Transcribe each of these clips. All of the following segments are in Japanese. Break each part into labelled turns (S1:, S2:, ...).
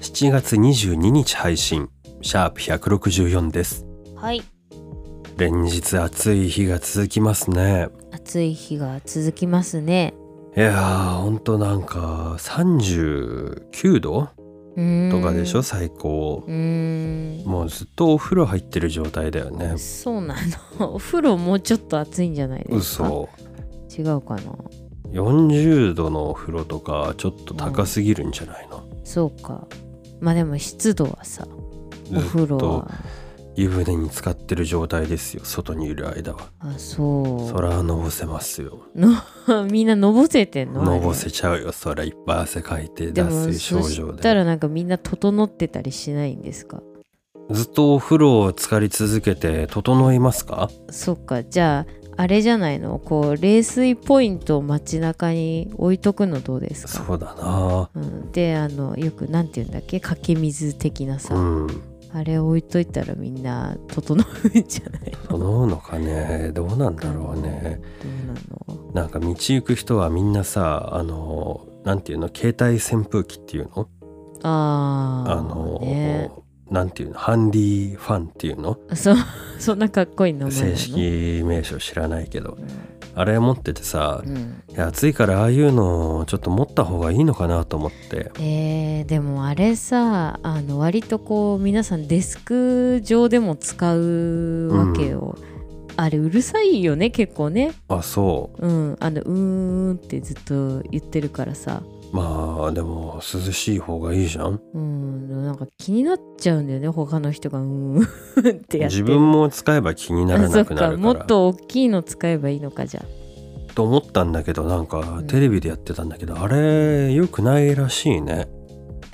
S1: 7月22日配信シャープ164です
S2: はい
S1: 連日暑い日が続きますね
S2: 暑い日が続きますね
S1: いやーほんとなんか39度
S2: うーん
S1: とかでしょ最高
S2: うーん
S1: もうずっとお風呂入ってる状態だよね
S2: そうなの お風呂もうちょっと暑いんじゃないですか
S1: 嘘
S2: 違うかな
S1: 40度のお風呂とかちょっと高すぎるんじゃないの、
S2: そうかまあでも湿度はさお
S1: ず
S2: 風
S1: っ
S2: 呂
S1: と
S2: は
S1: 湯船に浸かってる状態ですよ外にいる間は
S2: あそ
S1: そらのぼせますよ
S2: う みんなのぼせてんのあ
S1: の
S2: れ
S1: ぼせちゃうよそらいっぱい汗かいて
S2: で
S1: 脱
S2: も
S1: 水症
S2: そ
S1: 状
S2: した
S1: で
S2: らなんかみんな整ってたりしないんですか
S1: ずっとお風呂を浸かり続けて整いますか
S2: そっかじゃああれじゃないのこう冷水ポイントを街中に置いとくのどうですか
S1: そうだな
S2: うん、であのよくなんて言うんだっけかけ水的なさ、
S1: うん
S2: あれ置いといたらみんな整うんじゃない
S1: 整うのかねどうなんだろうね
S2: どうなの
S1: なんか道行く人はみんなさあのなんていうの携帯扇風機っていうの
S2: あー
S1: あの、
S2: ね
S1: なんていうのハンディファンっていうの
S2: そ そんなかっこいい名前なの
S1: 正式名称知らないけど
S2: う
S1: あれ持っててさ、
S2: んうん
S1: いや暑いからああいうのをちょっと持った方がいいのかなと思って
S2: えーでもあれさあの割とこう皆さんデスク上でも使うわけよ、あれうるさいよね結構ね
S1: あそ
S2: うんあのうーんってずっと言ってるからさ
S1: うまあでも涼しい方がいいじゃん
S2: うんでもなんか気になっちゃうんだよね他の人がうーんってやって
S1: 自分も使えば気にならなくな
S2: あそっか
S1: る
S2: も
S1: か
S2: っ
S1: ら
S2: と大きいの使えばいいのかじゃ
S1: と思ったんだけどなん
S2: う
S1: か
S2: ん
S1: テレビでやってたんだけど、あれ良くないらしいね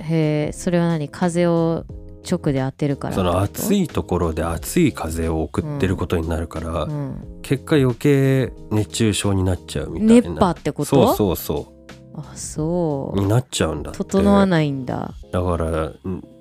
S2: あへえそれは何風を直で当てるから
S1: その暑
S2: い、
S1: いところで暑い風を送ってることになるから、
S2: うん、
S1: 結果余計熱中症になっちゃうみたいな
S2: 熱波ってこと
S1: そうそうそ
S2: あそう
S1: になっちゃうんだって
S2: 整わないんだ、
S1: だからん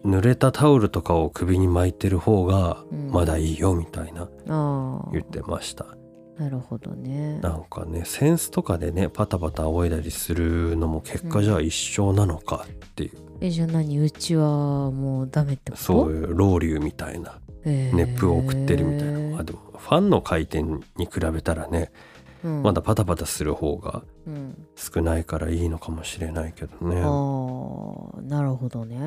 S1: 濡れたタオルとかを首に巻いてる方が
S2: うん
S1: まだいいよみたいな
S2: あ
S1: 言ってました、
S2: あなるほどね
S1: なんかねセンスとかでねパタパタ泳いだりするのも結果じゃあ一生なのかっていう、
S2: えじゃあ何うちはもうダメってこと
S1: そういう老流みたいな
S2: へー
S1: 熱風を送ってるみたいな、まあでもファンの回転に比べたらね
S2: うん
S1: まだパタパタする方が
S2: うん
S1: 少ないからいいのかもしれないけどね、
S2: ああなるほどね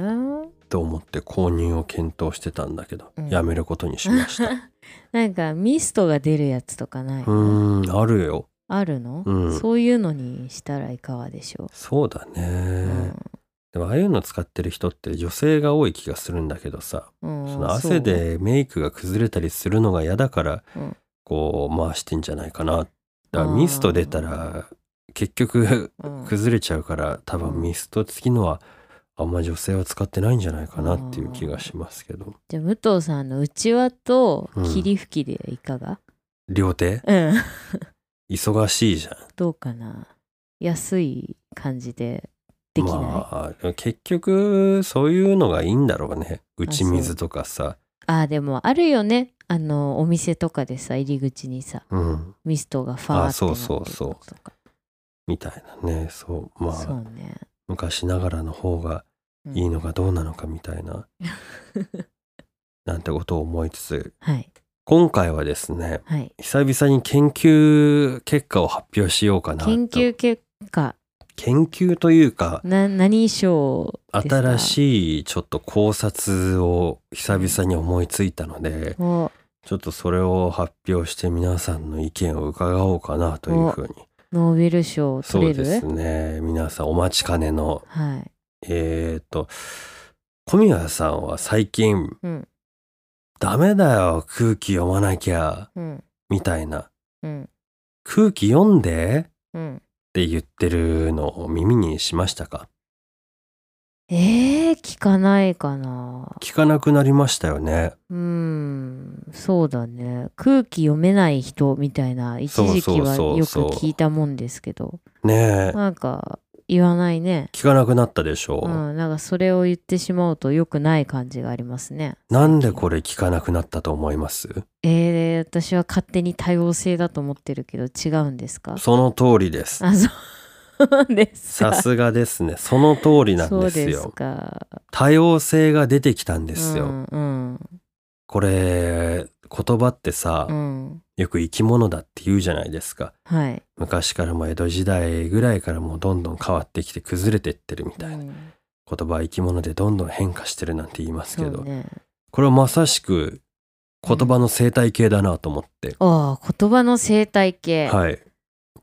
S1: と思って購入を検討してたんだけど、
S2: うん
S1: やめることにし ました
S2: なんかミストが出るやつとかない、
S1: うーんあるよ
S2: あるの、
S1: うん
S2: そういうのにしたらいかがでしょ
S1: そうだね、
S2: う、
S1: でもああいうの使ってる人って女性が多い気がするんだけどさ、
S2: うんうん
S1: その汗でメイクが崩れたりするのが嫌だから、
S2: うん
S1: こう回してんじゃないかなだから
S2: あー
S1: ミスト出たら結局
S2: そううん
S1: 崩れちゃうから多分ミスト付きのはあんま女性は使ってないんじゃないかなっていう気がしますけど
S2: じゃあ武藤さんのうちわと
S1: うん
S2: 霧吹きでいかが、
S1: 両手
S2: うん、
S1: 忙しいじゃん
S2: どうかな安い感じでできない、
S1: まあ結局そういうのがいいんだろうね打ち水とかさ
S2: あーでもあるよねあのお店とかでさ入り口にさ
S1: うん
S2: ミストがファーってな
S1: あそうそうそう
S2: ってるとか
S1: みたいなねそうま
S2: そ
S1: あ
S2: うね、
S1: 昔ながらの方が
S2: うん
S1: いいのかどうなのかみた いな、なんてことを思いつつ
S2: はい
S1: 今回はですね
S2: はい
S1: 久々に研究結果を発表しようかなと
S2: 研究結果
S1: 研究というか
S2: な何賞ですか
S1: 新しいちょっと考察を久々に思いついたので
S2: お
S1: ちょっとそれを発表して皆さんの意見を伺おうかなというふうに
S2: ノーベル賞を取
S1: そ
S2: れ
S1: う
S2: る
S1: ですね皆さんお待ちかねの
S2: はい
S1: えっ、と小宮さんは最近
S2: うん
S1: ダメだよ空気読まなきゃ
S2: うん
S1: みたいな
S2: うん
S1: 空気読んでっ
S2: うん
S1: て言ってるのを耳にしましたか
S2: えー、え聞かないかな
S1: 聞かなくなりましたよね
S2: うんそうだね空気読めない人みたいな一時期は
S1: そうそう
S2: よく
S1: そうそう
S2: 聞いたもんですけど
S1: ねえ
S2: なんか言わないね
S1: 聞かなくなったでしょ
S2: う
S1: う、
S2: ん、なんかそれを言ってしまうと良くない感じがありますね。
S1: なんでこれ聞かなくなったと思います
S2: えー、私は勝手に多様性だと思ってるけど違うんですか
S1: その通りです
S2: あ、そうです
S1: さ
S2: か。
S1: すがですねその通りなんです
S2: そうです
S1: よ
S2: か。
S1: 多様性が出てきたんですよ、
S2: うんうん
S1: これ言葉ってさ、
S2: うん。
S1: よく生き物だって言うじゃないですか
S2: はい。
S1: 昔からも江戸時代ぐらいからもうどんどん変わってきて崩れてってるみたいな、
S2: うん
S1: 言葉は生き物でどんどん変化してるなんて言いますけ
S2: そ
S1: ど、
S2: うね。
S1: これはまさしく言葉の生態系だなと思って、
S2: ああ、言葉の生態系。い。
S1: はい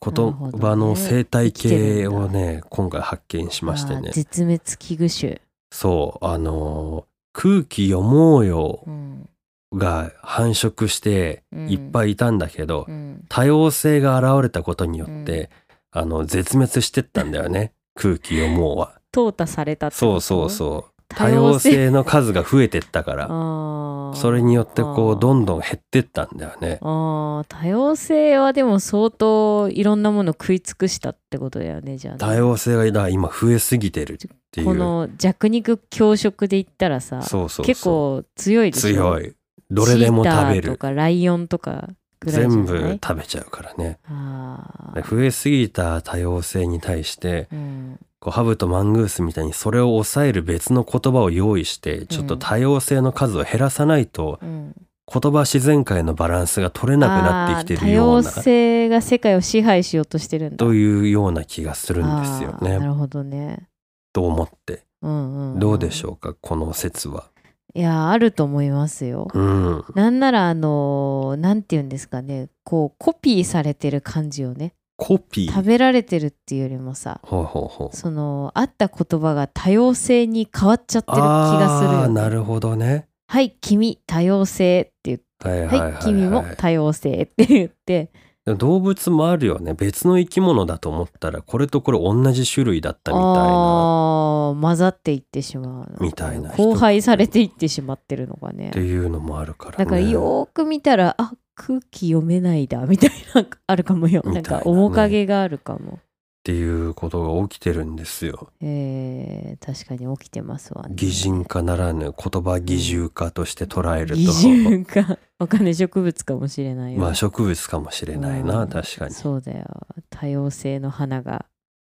S1: 言葉の生態系を
S2: 生き
S1: ね今回発見しましてね
S2: 絶滅危惧種。
S1: そうあのー空気読もうよ
S2: うん。
S1: が繁殖していっぱいいたんだけど、
S2: うん。
S1: 多様性が現れたことによって、あの絶滅してったんだよ ね空気読もうは
S2: 淘汰されたってこ
S1: そ
S2: と
S1: うそうそう多
S2: 多
S1: 様
S2: 様性。
S1: 性の数が増えてったから
S2: ああ。
S1: それによってこ
S2: あ
S1: う
S2: ー
S1: どんどん減ってったんだよね
S2: あー多様性はでも相当いろんなもの食い尽くしたってことだよねじゃあね
S1: 多様性がだから今増えすぎてるっていう
S2: この弱肉強食で言ったらさ
S1: そうそうそう
S2: 結構強いでしょ
S1: 強いどれでも食べ
S2: チーターと
S1: る
S2: かライオンとかぐらいじゃない
S1: 全部食べちゃうからね
S2: あー
S1: 増えすぎた多様性に対して
S2: うん
S1: こうハブとマングースみたいにそれを抑える別の言葉を用意してちょっと多様性の数を減らさないと
S2: うん、
S1: 言葉自然界のバランスが取れなくなってきてるような
S2: あー多様性が世界を支配しようとしてるんだ
S1: というような気がするんですよ
S2: あー
S1: ね
S2: なるほどね、
S1: と思って
S2: うんうんん
S1: どうでしょうかこの説は。
S2: いやあると思いますよ
S1: うん
S2: なんならあのーなんて言うんですかねこうコピーされてる感じをね
S1: コピ
S2: 食
S1: ー
S2: べられてるっていうよりもさ
S1: ほうほうほう
S2: そのあった言葉が多様性に変わっちゃってる気がする
S1: あ
S2: よ、
S1: ー
S2: ね、
S1: なるほどね。
S2: はい君多様性って言って、
S1: はい
S2: はい君も多様性って言って
S1: でも動物もあるよね別の生き物だと思ったらこれとこれ同じ種類だったみたいな
S2: あー混ざっていってしまうの
S1: みたいな人
S2: 交配されていってしまってるのがね
S1: っていうのもあるからね
S2: だからよーく見たらあ空気読めないだみたいなあるかもよ、
S1: みた
S2: ないん
S1: なね
S2: か面影があるかも
S1: っていうことが起きてるんですよ
S2: えー確かに起きてますわね
S1: 擬人化ならぬ言葉擬獣化として捉える
S2: 擬
S1: と
S2: 人化お金植物かもしれないよ、
S1: まあ植物かもしれないな
S2: うん
S1: 確かに
S2: そうだよ多様性の花が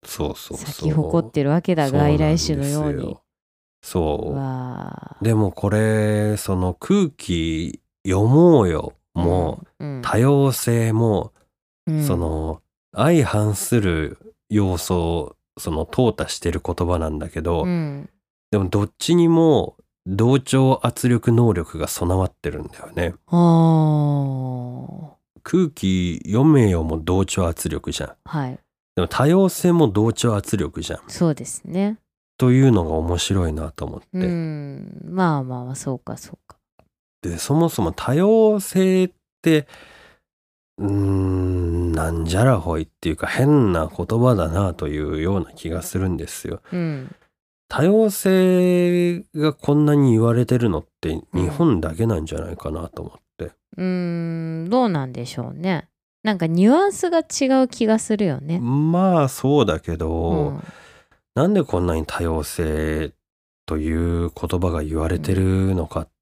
S1: そうそうそう
S2: 咲き誇ってるわけだ
S1: そうな
S2: 外
S1: んで
S2: 来
S1: す
S2: 種
S1: よ
S2: のように
S1: そう
S2: わ
S1: でもこれその空気読もうよ
S2: あ
S1: も
S2: うん
S1: う多様性も
S2: うん
S1: その相反する要素をその淘汰してる言葉なんだけど、
S2: うん
S1: でもどっちにも同調圧力能力が備わってるんだよね
S2: あー
S1: 空気読めよも同調圧力じゃん
S2: はい
S1: でも多様性も同調圧力じゃん
S2: そうですね
S1: というのが面白いなと思って、
S2: うんまあまあまあそうかそうか
S1: でそもそも多様性ってうーんなんじゃらほいっていうか変な言葉だなというような気がするんですよ
S2: うん
S1: 多様性がこんなに言われてるのって日本だけなんじゃないかなと思って、
S2: うんどうなんでしょうねなんかニュアンスが違う気がするよね、
S1: まあそうだけ
S2: う
S1: ど、
S2: ん、
S1: なんでこんなに多様性という言葉が言われてるのかって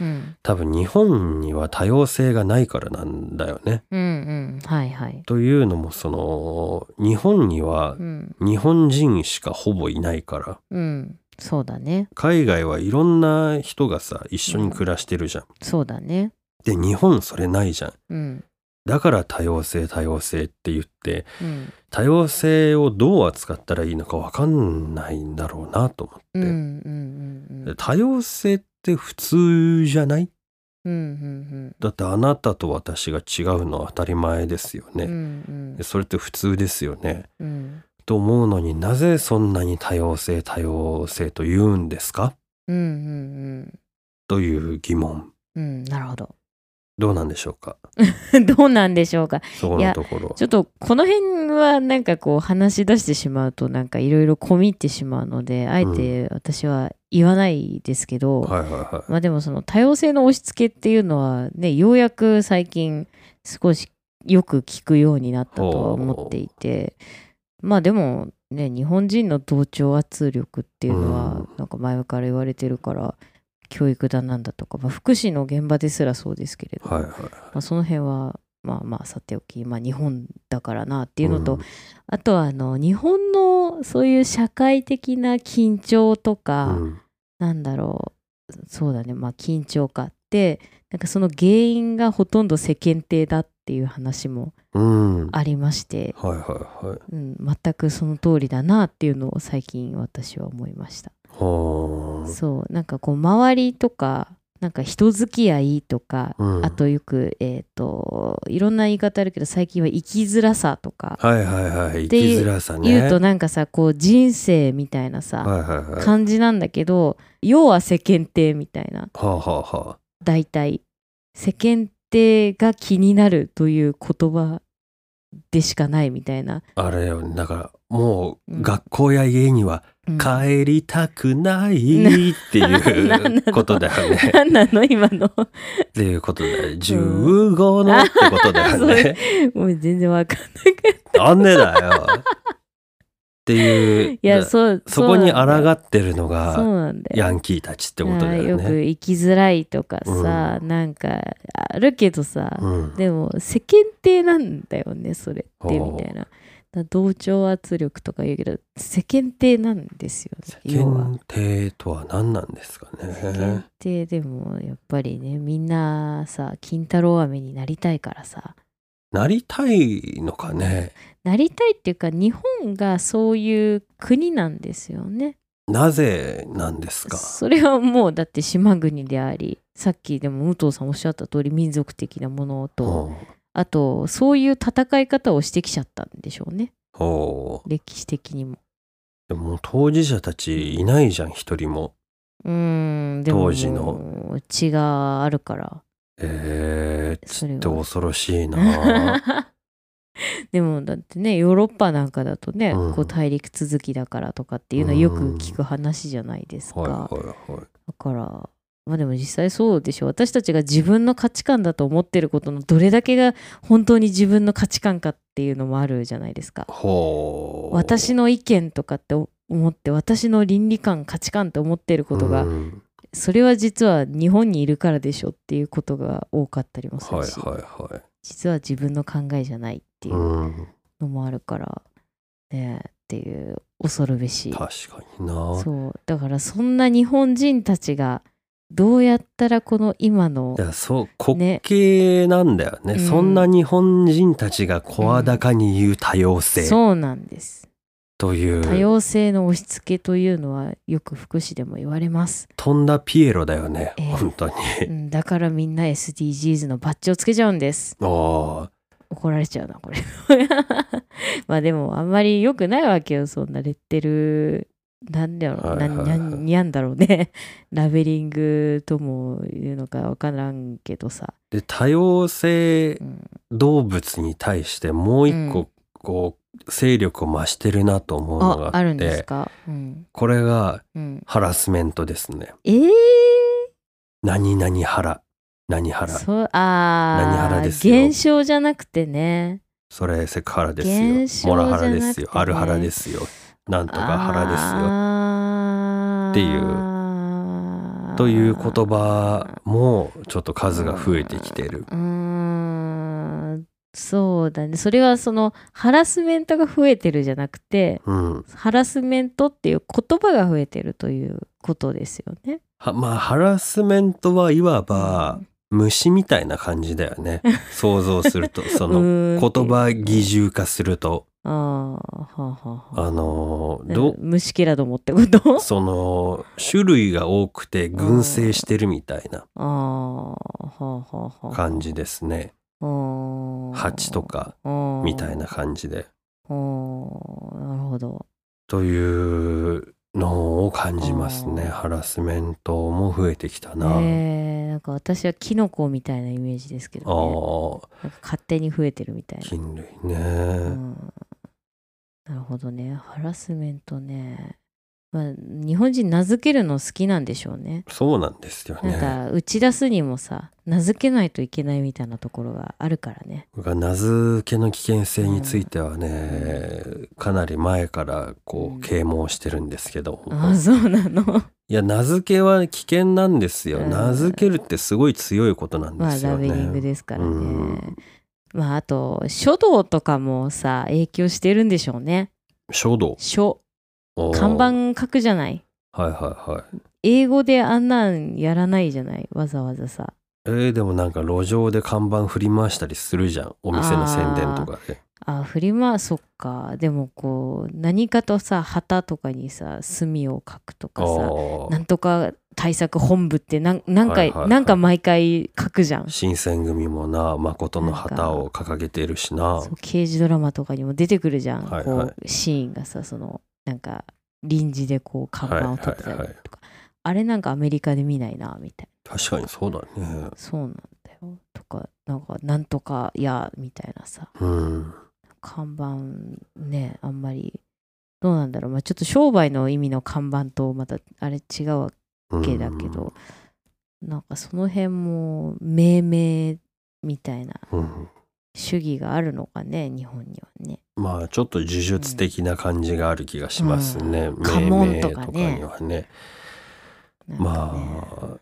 S2: うん
S1: 多分日本には多様性がないからなんだよね。
S2: うんうんはいはい
S1: というのもその日本には
S2: うん
S1: 日本人しかほぼいないから
S2: うんそうだね
S1: 海外はいろんな人がさ一緒に暮らしてるじゃん。
S2: そうだね
S1: で日本それないじゃん。
S2: うん
S1: だから多様性多様性って言って
S2: うん
S1: 多様性をどう扱ったらいいのか分かんないんだろうなと思
S2: うんう
S1: って、
S2: んうんうん
S1: 多様性って普通じゃない
S2: うんうん
S1: だってあなたと私が違うのは当たり前ですよね、
S2: うんうん
S1: でそれって普通ですよね
S2: うん
S1: と思うのになぜそんなに多様性多様性と言うんですか
S2: うんうんうん
S1: という疑問
S2: うんなるほど
S1: どうなんでしょうか
S2: どうなんでしょうか
S1: そこのところ
S2: ちょっとこの辺はなんかこう話し出してしまうとなんかいろいろ込み入ってしまうのであえて私は言わないですけど、
S1: はいはいはい
S2: まあでもその多様性の押し付けっていうのはねようやく最近少しよく聞くようになったとは思っていてまあでもね日本人の同調圧力っていうの
S1: う
S2: は
S1: ん
S2: なんか前から言われてるから教育だなんだとか、まあ、福祉の現場ですらそうですけれども、
S1: はい
S2: ま
S1: はい
S2: あ、その辺はまあまあさておき、まあ、日本だからなっていうのと、
S1: ん
S2: あとはあの日本のそういう社会的な緊張とか、
S1: うん
S2: なんだろうそうだねまあ緊張感ってなんかその原因がほとんど世間体だっていう話も
S1: うん
S2: ありまして、
S1: はいはいはい
S2: うん、全くその通りだなっていうのを最近私は思いました。
S1: は
S2: そうなんかこう周りとかなんか人付き合いとか、
S1: あ、うん、
S2: あとよくえっ、といろんな言い方あるけど最近は生きづらさとか
S1: はいはいはい生
S2: っ
S1: き
S2: ていう
S1: づらさね
S2: 言うとなんかさこう人生みたいなさ、
S1: はいはいはいは
S2: 感じなんだけど要は世間体みたいな
S1: あはあは
S2: 大体世間体が気になるという言葉でしかないみたいな、
S1: ああれよだからも
S2: う
S1: うん学校や家には
S2: うん
S1: 帰りたくないって
S2: ななん
S1: い
S2: な
S1: う
S2: の
S1: ことだよね。
S2: 何 なの今の
S1: っていうことだよ。15のってことだよね。
S2: もう全然わかんなくて
S1: なんでだよ。っていう。
S2: いや
S1: だ
S2: そう
S1: そこに
S2: うなんだ
S1: 抗ってるの
S2: そ
S1: が
S2: うなんだよ
S1: ヤンキーたちってことだよ
S2: あーよ
S1: ね。
S2: く生きづらいとかさ、なんかあるけどさ、
S1: うん、
S2: でも世間体なんだよねそれって
S1: ほう
S2: みたいなだから同調圧力とか言うけど世間体なんですよね
S1: 世
S2: 要は
S1: 間体とは何なんですか
S2: 世間
S1: ね。
S2: 体でもやっぱりねみんなさ金太郎飴になりたいからさ
S1: なりたいのかね。
S2: なりたいっていうか日本がそういう国なんですよね
S1: なぜなんですか。
S2: それはもうだって島国でありさっきでも武藤さんおっしゃった通り民族的なものと、
S1: うん
S2: あとそういう戦い方をしてきちゃったんでしょうね
S1: ほう
S2: 歴史的にも
S1: でももう当事者たちいないじゃん一人も。
S2: うーんでも
S1: 当時の
S2: もう血があるから
S1: えー、
S2: そ
S1: ち
S2: れ
S1: ょっ
S2: は
S1: と恐ろ しいな。
S2: でもだってねヨーロッパなんかだとね、
S1: うん
S2: こう大陸続きだからとかっていうのはよく聞く話じゃないですか、
S1: はい
S2: だ
S1: はいはい。
S2: からまあでも実際そうでしょ私たちが自分の価値観だと思ってることのどれだけが本当に自分の価値観かっていうのもあるじゃないですか
S1: ほう。
S2: 私
S1: の
S2: の意見とかって思って私の倫理観価値観って思ってることが、それは実は日本にいるからでしょっていうことが多かったりもす
S1: はい
S2: るし、
S1: はいはい。
S2: 実は自分の考えじゃないっていう
S1: うん、
S2: のもあるからねえっていう恐るべし
S1: 確かにな。
S2: そうだからそんな日本人たちがどうやったらこの今の
S1: いやそう滑
S2: ね
S1: 稽なんだよね
S2: うん
S1: そんな日本人たちが声高に言う多様性
S2: そうなんです
S1: という、
S2: 多様性の押し付けというのはよく福祉でも言われます、
S1: 飛んだピエロだよね、
S2: ええ
S1: 本当に。
S2: うん、だからみんな SDGs のバッジをつけちゃうんです
S1: あ
S2: 怒られちゃうなこれ まあでもあんまり良くないわけよそんなレッテルなんだろう、
S1: はいはいはい
S2: なんにゃんだろうね ラベリングとも言うのか分からんけどさ、
S1: で多様性
S2: うん、
S1: 動物に対してもう一個、
S2: う
S1: こう勢力を増してるなと思うのが
S2: あ
S1: あ
S2: ある
S1: っ
S2: んです
S1: て
S2: か、うん
S1: これが
S2: うん、
S1: ハラスメントですね。
S2: えー、
S1: 何々腹何腹
S2: そうあ
S1: 何腹
S2: ー
S1: ですよ
S2: 現象じゃなくてね
S1: それセクハラです
S2: 減
S1: よ。
S2: 少
S1: モラハラ
S2: じゃ
S1: です
S2: なく。
S1: よ
S2: てね
S1: あるハラですよ。なんとかハラです
S2: ラ
S1: っていうよ。という言葉もちょっと数
S2: 数
S1: が増えてきている。
S2: うーんそうだねそれはそのハラスメントが増えてるじゃなくて
S1: うん。
S2: ハラスメントっていう言葉が増えてるということですよね。
S1: はまあハラスメントはいわば虫みたいな感じだよ ね。想像するとその
S2: の
S1: 言葉擬人化すると
S2: あーはあはあはあ
S1: あのー
S2: ど
S1: ど
S2: 虫けらどもってこと
S1: その種類が多くて群生してるみたいな
S2: ああはあはあはあ
S1: 感じですね。蜂とかみたいな感じで。
S2: じなるほど
S1: というのを感じますね。
S2: あー
S1: ハラスメントも増えてきたな。
S2: ねえなんか私はキノコみたいなイメージですけ
S1: あ
S2: どね
S1: あ、
S2: なんか勝手に増えてるみたい
S1: 菌類
S2: な、う
S1: ね。
S2: ん、なるほどねハラスメントね、まあ、日本人名付けるの好きなんでしょうね
S1: そうなんですよ
S2: なん
S1: ね。
S2: か打ち出すにもさ名付けないといけないみたいなところがあるからね
S1: 僕は名付けの危険性についてはね、かなり前からこ
S2: うん
S1: う啓蒙してるんですけど、
S2: ああそうなの
S1: いや名付けは危険なんですよ、
S2: うん
S1: 名付けるってすごい強いことなんで
S2: まあ
S1: すよ
S2: ラベ
S1: ね、
S2: リングですからね、
S1: うん
S2: まああと書道とかもさ影響してるんでしょうね
S1: 書道
S2: 書
S1: おー
S2: 看板書くじゃない
S1: はいはいはい
S2: 英語であんなんやらないじゃないわざわざさ
S1: えーでもなんか路上で看板振り回したりするじゃんお店の宣伝とかで
S2: あ振り回そっかでもこう何かとさ旗とかにさ墨を書くと
S1: あ
S2: かさ
S1: ー
S2: なんとか対策本部ってなんなんか、
S1: はいはいはい
S2: なんか毎回書くじゃん
S1: 新選組もな誠の旗を掲げているしな
S2: そう刑事ドラマとかにも出てくるじゃん、
S1: はいはい
S2: こうシーンがさそのなんか臨時でこう看板を立てたりとか、
S1: はいはいはい
S2: あれなんかアメリカで見ないなみたい
S1: 確かにそうだね
S2: なそうなんだよとかなんかなんとかやみたいなさ
S1: うん
S2: 看板ねあんまりどうなんだろうまあちょっと商売の意味の看板とまたあれ違うわ
S1: うん
S2: けだけど、なんかその辺も命名みたいな
S1: うん
S2: 主義があるのかね日本にはね。
S1: まあちょっと呪術的な感じがある気がしますね、
S2: うん
S1: 命名と
S2: 家紋とか
S1: か
S2: ね
S1: にはね
S2: なんかね
S1: まあ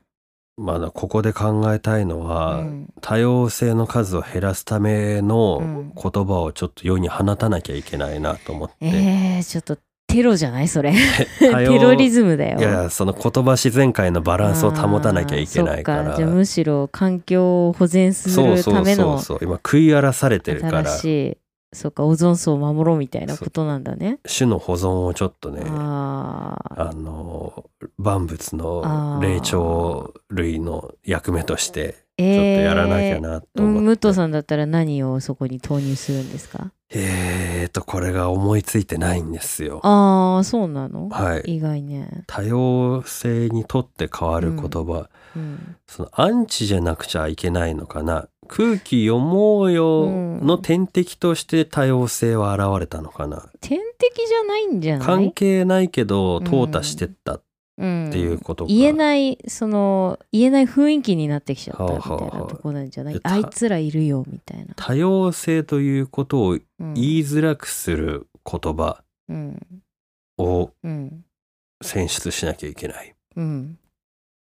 S1: まだここで考えたいのは、
S2: うん
S1: 多様性の数を減らすための
S2: うん
S1: 言葉をちょっと世に放たなきゃいけないなと思って、
S2: えー、ちょっとテロじゃないそれ
S1: 多 様
S2: テロリズムだよ
S1: いやその言葉自然界のバランスを保たなきゃいけないか
S2: あーそっ
S1: ら
S2: じゃあむしろ環境を保全す
S1: そう
S2: る
S1: そ
S2: た
S1: う
S2: め
S1: そう
S2: の
S1: そう今食い荒らされてるか
S2: 新
S1: ら
S2: しいそっかオゾン層を守ろうみたいなことなんだね
S1: 種の保存をちょっとね
S2: ああ
S1: あの万物の霊長類の役目として
S2: え
S1: ちょっと
S2: ー
S1: やらなきゃなと思って、
S2: うん武藤さんだったら何をそこに投入するんです か
S1: えーとこれが思いついてないんですよ。
S2: ああそうなの、
S1: はい、
S2: 意外ね、
S1: 多様性にとって変わる言葉、
S2: うん、
S1: そのアンチじゃなくちゃいけないのかな空気読もうよ
S2: うん
S1: の天敵として多様性は現れたのかな、
S2: 天敵じゃないんじゃない
S1: 関係ないけど
S2: うん
S1: 淘汰してったっ
S2: うん
S1: ていうことか、
S2: 言えないその言えない雰囲気になってきちゃったみ
S1: はあ
S2: たい
S1: はあはあ
S2: なとこなんじゃない
S1: いやた
S2: あいつらいるよみたいな、
S1: 多様性ということを
S2: うん、
S1: 言いづらくする言葉
S2: うん
S1: を
S2: うん
S1: 選出しなきゃいけない
S2: うん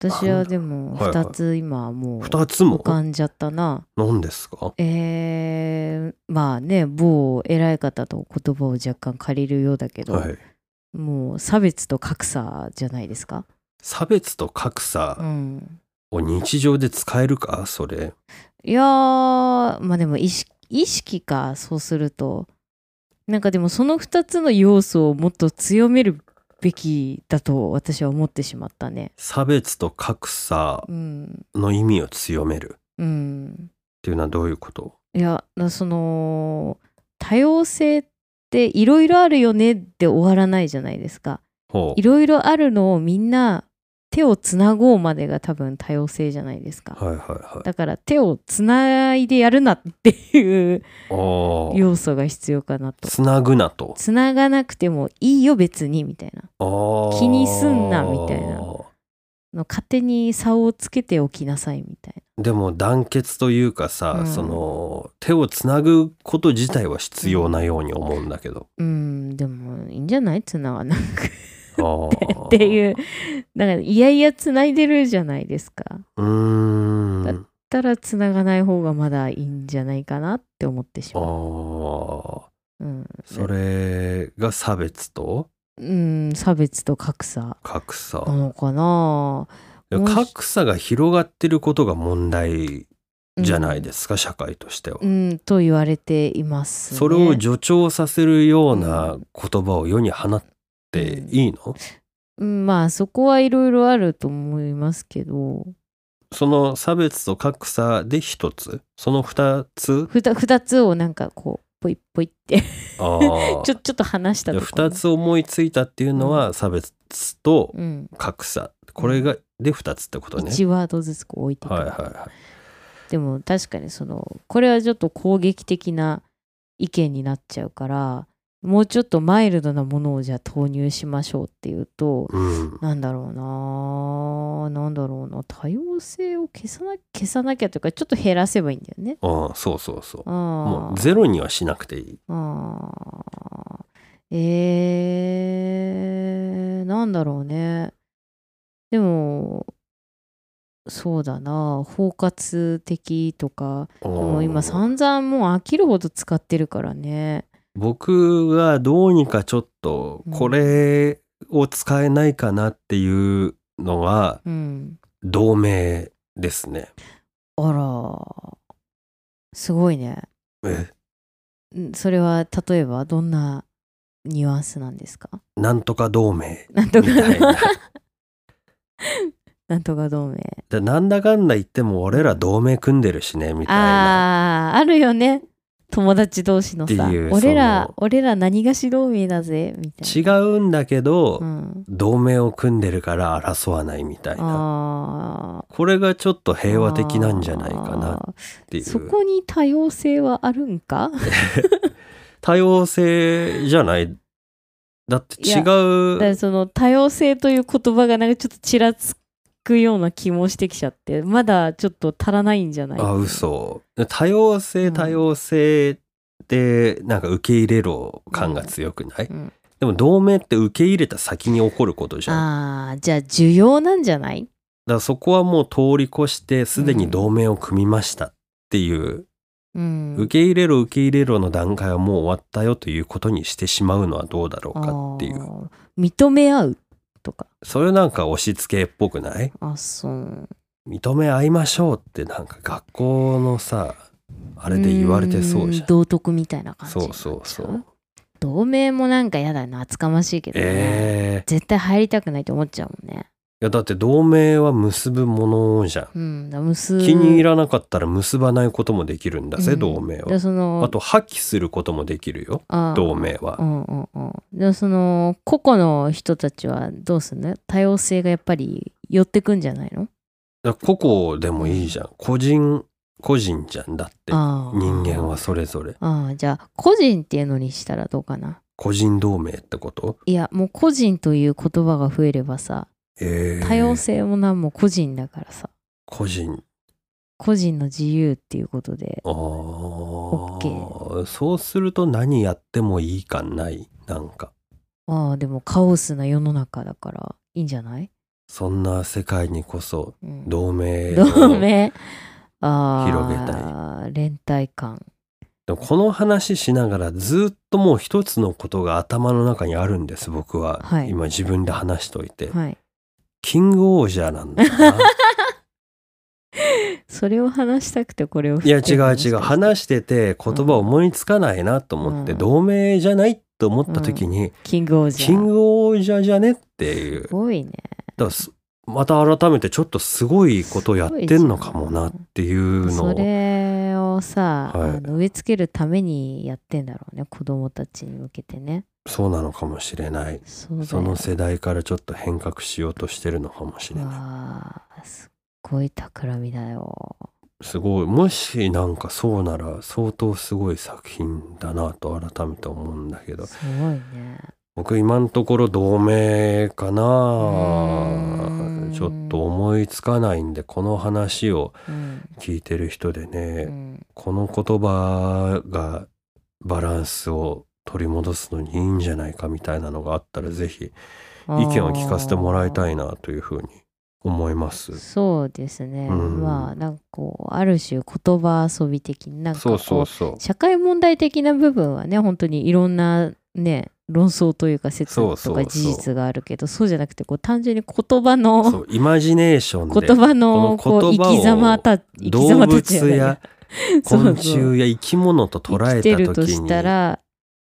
S2: 私はでも
S1: はいはい
S2: 2つ今もう
S1: 二つも
S2: 浮かんじゃったな
S1: 何ですか
S2: えー、まあね某偉い方と言葉を若干借りるようだけど、
S1: はい
S2: もう差別と格差じゃないですか、
S1: 差別と格
S2: う
S1: 差
S2: ん、
S1: を日常で使えるかそれ
S2: いやーまあでも意識意識かそうするとなんかでもその2つの要素をもっと強めるべきだと私は思ってしまったね
S1: 差別と格差
S2: うん
S1: の意味を強めるっ
S2: うん
S1: ていうのはどういうこと
S2: いやなその多様性っていろいろあるよねって終わらないじゃないですか
S1: ほう
S2: いろいろあるのをみんな手をつなごうまでが多分多様性じゃないですか
S1: はいはいはい
S2: だから手をつないでやるなっていう
S1: あー
S2: 要素が必要かなと
S1: つなぐなと
S2: つながなくてもいいよ別にみたいな
S1: あー
S2: 気にすんなみたいなの勝手に差をつけておきなさいみたい
S1: でも団結というかさ、
S2: うん
S1: その手をつなぐこと自体は必要なように思うんだけど、
S2: なうんでもいいんじゃないつながなく
S1: あ ー
S2: っていうだからいやいやつないでるじゃないですかだっ
S1: うーん
S2: たらつながない方がまだいいんじゃないかなって思ってし
S1: あ
S2: まう、
S1: ー
S2: うん、
S1: それが差別と
S2: うん差別と格差
S1: 格差、
S2: なのかなもし
S1: 格差が広がってることが問題じゃないですすか、社会としては、
S2: うん、うんと言われています、ね、
S1: それを助長させるような
S2: う
S1: 言葉を世に放っていいの、
S2: うんまあそこはいろいろあると思いますけど
S1: その差別と格差で一つその二つ
S2: ふた二つをなんかこぽいっぽいって
S1: あ ー
S2: ちょちょっと話した
S1: で
S2: ところ
S1: 2つ思いついたっていうのは差別と
S2: うん、
S1: 格差これがで2つってことね
S2: 1ワードずつこう置いていく
S1: はい
S2: みた
S1: はいい
S2: な、
S1: は
S2: でも確かにそのこれはちょっと攻撃的な意見になっちゃうからもうちょっとマイルドなものをじゃあ投入しましょうっていうと
S1: い、うん、
S2: なんだろうななんだろうな多様性を消さな消さなきゃというかちょっと減らせばいいんだよね。
S1: ああそうそうそうも
S2: あ
S1: うゼロにはしなくていい
S2: ああーえー、なんだろうねでもそうだな包括的とかもう今
S1: うん
S2: 散々もう飽きるほど使ってるからね。
S1: 僕がどうにかちょっとこれを使えないかなっていうのは
S2: うん。
S1: 同盟ですね
S2: あら、すごいね。
S1: え
S2: んそれは例えばどんなニュアンスなんです か
S1: なんとか同盟
S2: なんと
S1: み
S2: か
S1: たいな
S2: なんとか同盟。
S1: でなんだかんだ言っても俺ら同盟組んでるしねみたいな
S2: あー、あるよね。友達同士の
S1: っ
S2: さ
S1: てい、う
S2: 俺ら
S1: その、
S2: 俺ら何がし同盟だぜ、みたいな。
S1: 違うんだけど、
S2: うん。
S1: 同盟を組んでるから争わないみたいな
S2: あー
S1: これがちょっと平和的なんじゃないかなっ
S2: あ
S1: てい
S2: ーそうこに多様性はあるんか
S1: 多様性じゃないだって違
S2: だから
S1: う
S2: その多様性という言葉がなんかちょっとちらつくような気もしてきちゃってまだちょっと足らないんじゃない
S1: あ嘘多様
S2: う
S1: 性
S2: ん
S1: 多様性でなんか受け入れろ感が強くない、
S2: うん
S1: でも同盟って受け入れた先に起こることじゃんだか
S2: あーじゃあ需要なんじゃない
S1: らそこはもう通り越してすでに同盟を組みましたっていう、
S2: うん
S1: 受け入れろ受け入れろの段階はもう終わったよということにしてしまうのはどうだろうかっていう
S2: あー認め合うとか
S1: それなんか押し付けっぽくない
S2: あそう
S1: 認め合いましょうってなんか学校のさあ
S2: あ
S1: れで言われてそうじゃん
S2: 道徳みたいな感じ
S1: そうそうそう
S2: 同盟もなんかやだな厚かましいけどね、
S1: ええ
S2: 絶対入りたくないって思っちゃうもんね
S1: いやだって同盟は結ぶものじゃん
S2: うんだから結
S1: 気に入らなかったら結ばないこともできるんだぜ、
S2: うん
S1: 同盟
S2: だから
S1: は
S2: その
S1: あと破棄することもできるよ
S2: あー
S1: 同盟は、
S2: うんうんうん、でその個々の人たちはどうすんの多様性がやっぱり寄ってくんじゃないの
S1: だから個々でもいいじゃん個人個人じゃんだって
S2: あー
S1: 人間はそれぞれ
S2: あーじゃあ個人っていうのにしたらどうかな
S1: 個人同盟ってこと
S2: いやもう個人という言葉が増えればさ
S1: ええ
S2: 多様性もなんも個人だからさ
S1: 個人
S2: 個人の自由っていうことで
S1: ああそうすると何やってもいい感ないなんか
S2: ああでもカオスな世の中だからいいんじゃない、
S1: そんな世界にこそ
S2: うん、
S1: 同盟の
S2: 同盟ああい
S1: 広げ
S2: 連帯感
S1: でもこの話しながらずっともう一つのことが頭の中にあるんです僕は、
S2: はい
S1: 今自分で話しといて、
S2: はい
S1: キングオージャーなん だよな
S2: それを話したくてこれを振っ
S1: い
S2: て る
S1: や違う違う
S2: もしかして
S1: 話してて言葉思いつかないなと思って、
S2: うん
S1: 同盟じゃないと思った時に、
S2: キングオージャー
S1: キングオージャーじゃねっていう
S2: すごいね
S1: だからすまた改めてちょっとすごいことやってんのかもなっていうの
S2: そ
S1: を
S2: れをさ、
S1: はい
S2: あの植え付けるためにやってんだろうね子供たちに向けてね
S1: そうなのかもしれない
S2: そうだよ
S1: その世代からちょっと変革しようとしてるのかもしれな
S2: わあすっごい企みだよ
S1: いすごいもしなんかそうなら相当すごい作品だなと改めて思うんだけど
S2: すごいね
S1: 僕今のところ同盟か
S2: ー
S1: なんちょっと思いつかないんでこの話を
S2: うん、
S1: 聞いてる人でね、
S2: うん
S1: この言葉がバランスを取り戻すのにいいんじゃないかみたいなのがあったらぜひ意見を聞かせてもらいたいなというふうに思います。
S2: そうですね、
S1: うん
S2: まあなんかこうある種言葉遊び的になんかこ
S1: そううそうそう。
S2: 社会問題的な部分はね本当にいろんなね論争というか説
S1: そう
S2: と
S1: そうそ
S2: か
S1: う
S2: 事実があるけどそうじゃなくてこう単純に言葉の
S1: そうイマジネーション
S2: 言
S1: で
S2: 葉のこ
S1: この
S2: う
S1: 言葉を
S2: 生き様た生き
S1: 動
S2: 様たちじゃ
S1: 物
S2: ない
S1: や
S2: なそうそう
S1: 昆虫や生き物と捉
S2: 生
S1: え
S2: きてる
S1: た
S2: と
S1: 時
S2: し
S1: に
S2: た
S1: 言
S2: ら